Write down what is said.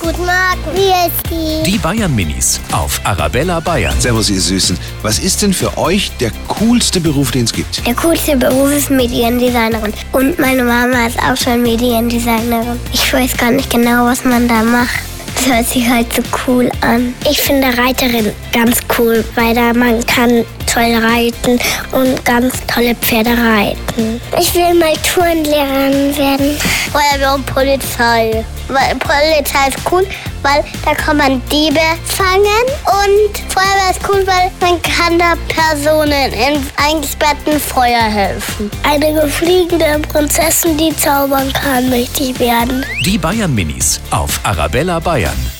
Guten Morgen. Wie ist Die Bayern Minis auf Arabella Bayern. Servus, ihr Süßen. Was ist denn für euch der coolste Beruf, den es gibt? Der coolste Beruf ist Mediendesignerin. Und meine Mama ist auch schon Mediendesignerin. Ich weiß gar nicht genau, was man da macht. Das hört sich halt so cool an. Ich finde Reiterin ganz cool, weil da man kann toll reiten und ganz tolle Pferde reiten. Ich will mal Tourenlehrerin werden. Feuerwehr und Polizei. Weil Polizei ist cool, weil da kann man Diebe fangen und Feuerwehr ist cool, weil man kann da Personen in eingesperrten Feuer helfen. Eine gefliegene Prinzessin, die zaubern kann, möchte ich werden. Die Bayern Minis auf Arabella Bayern.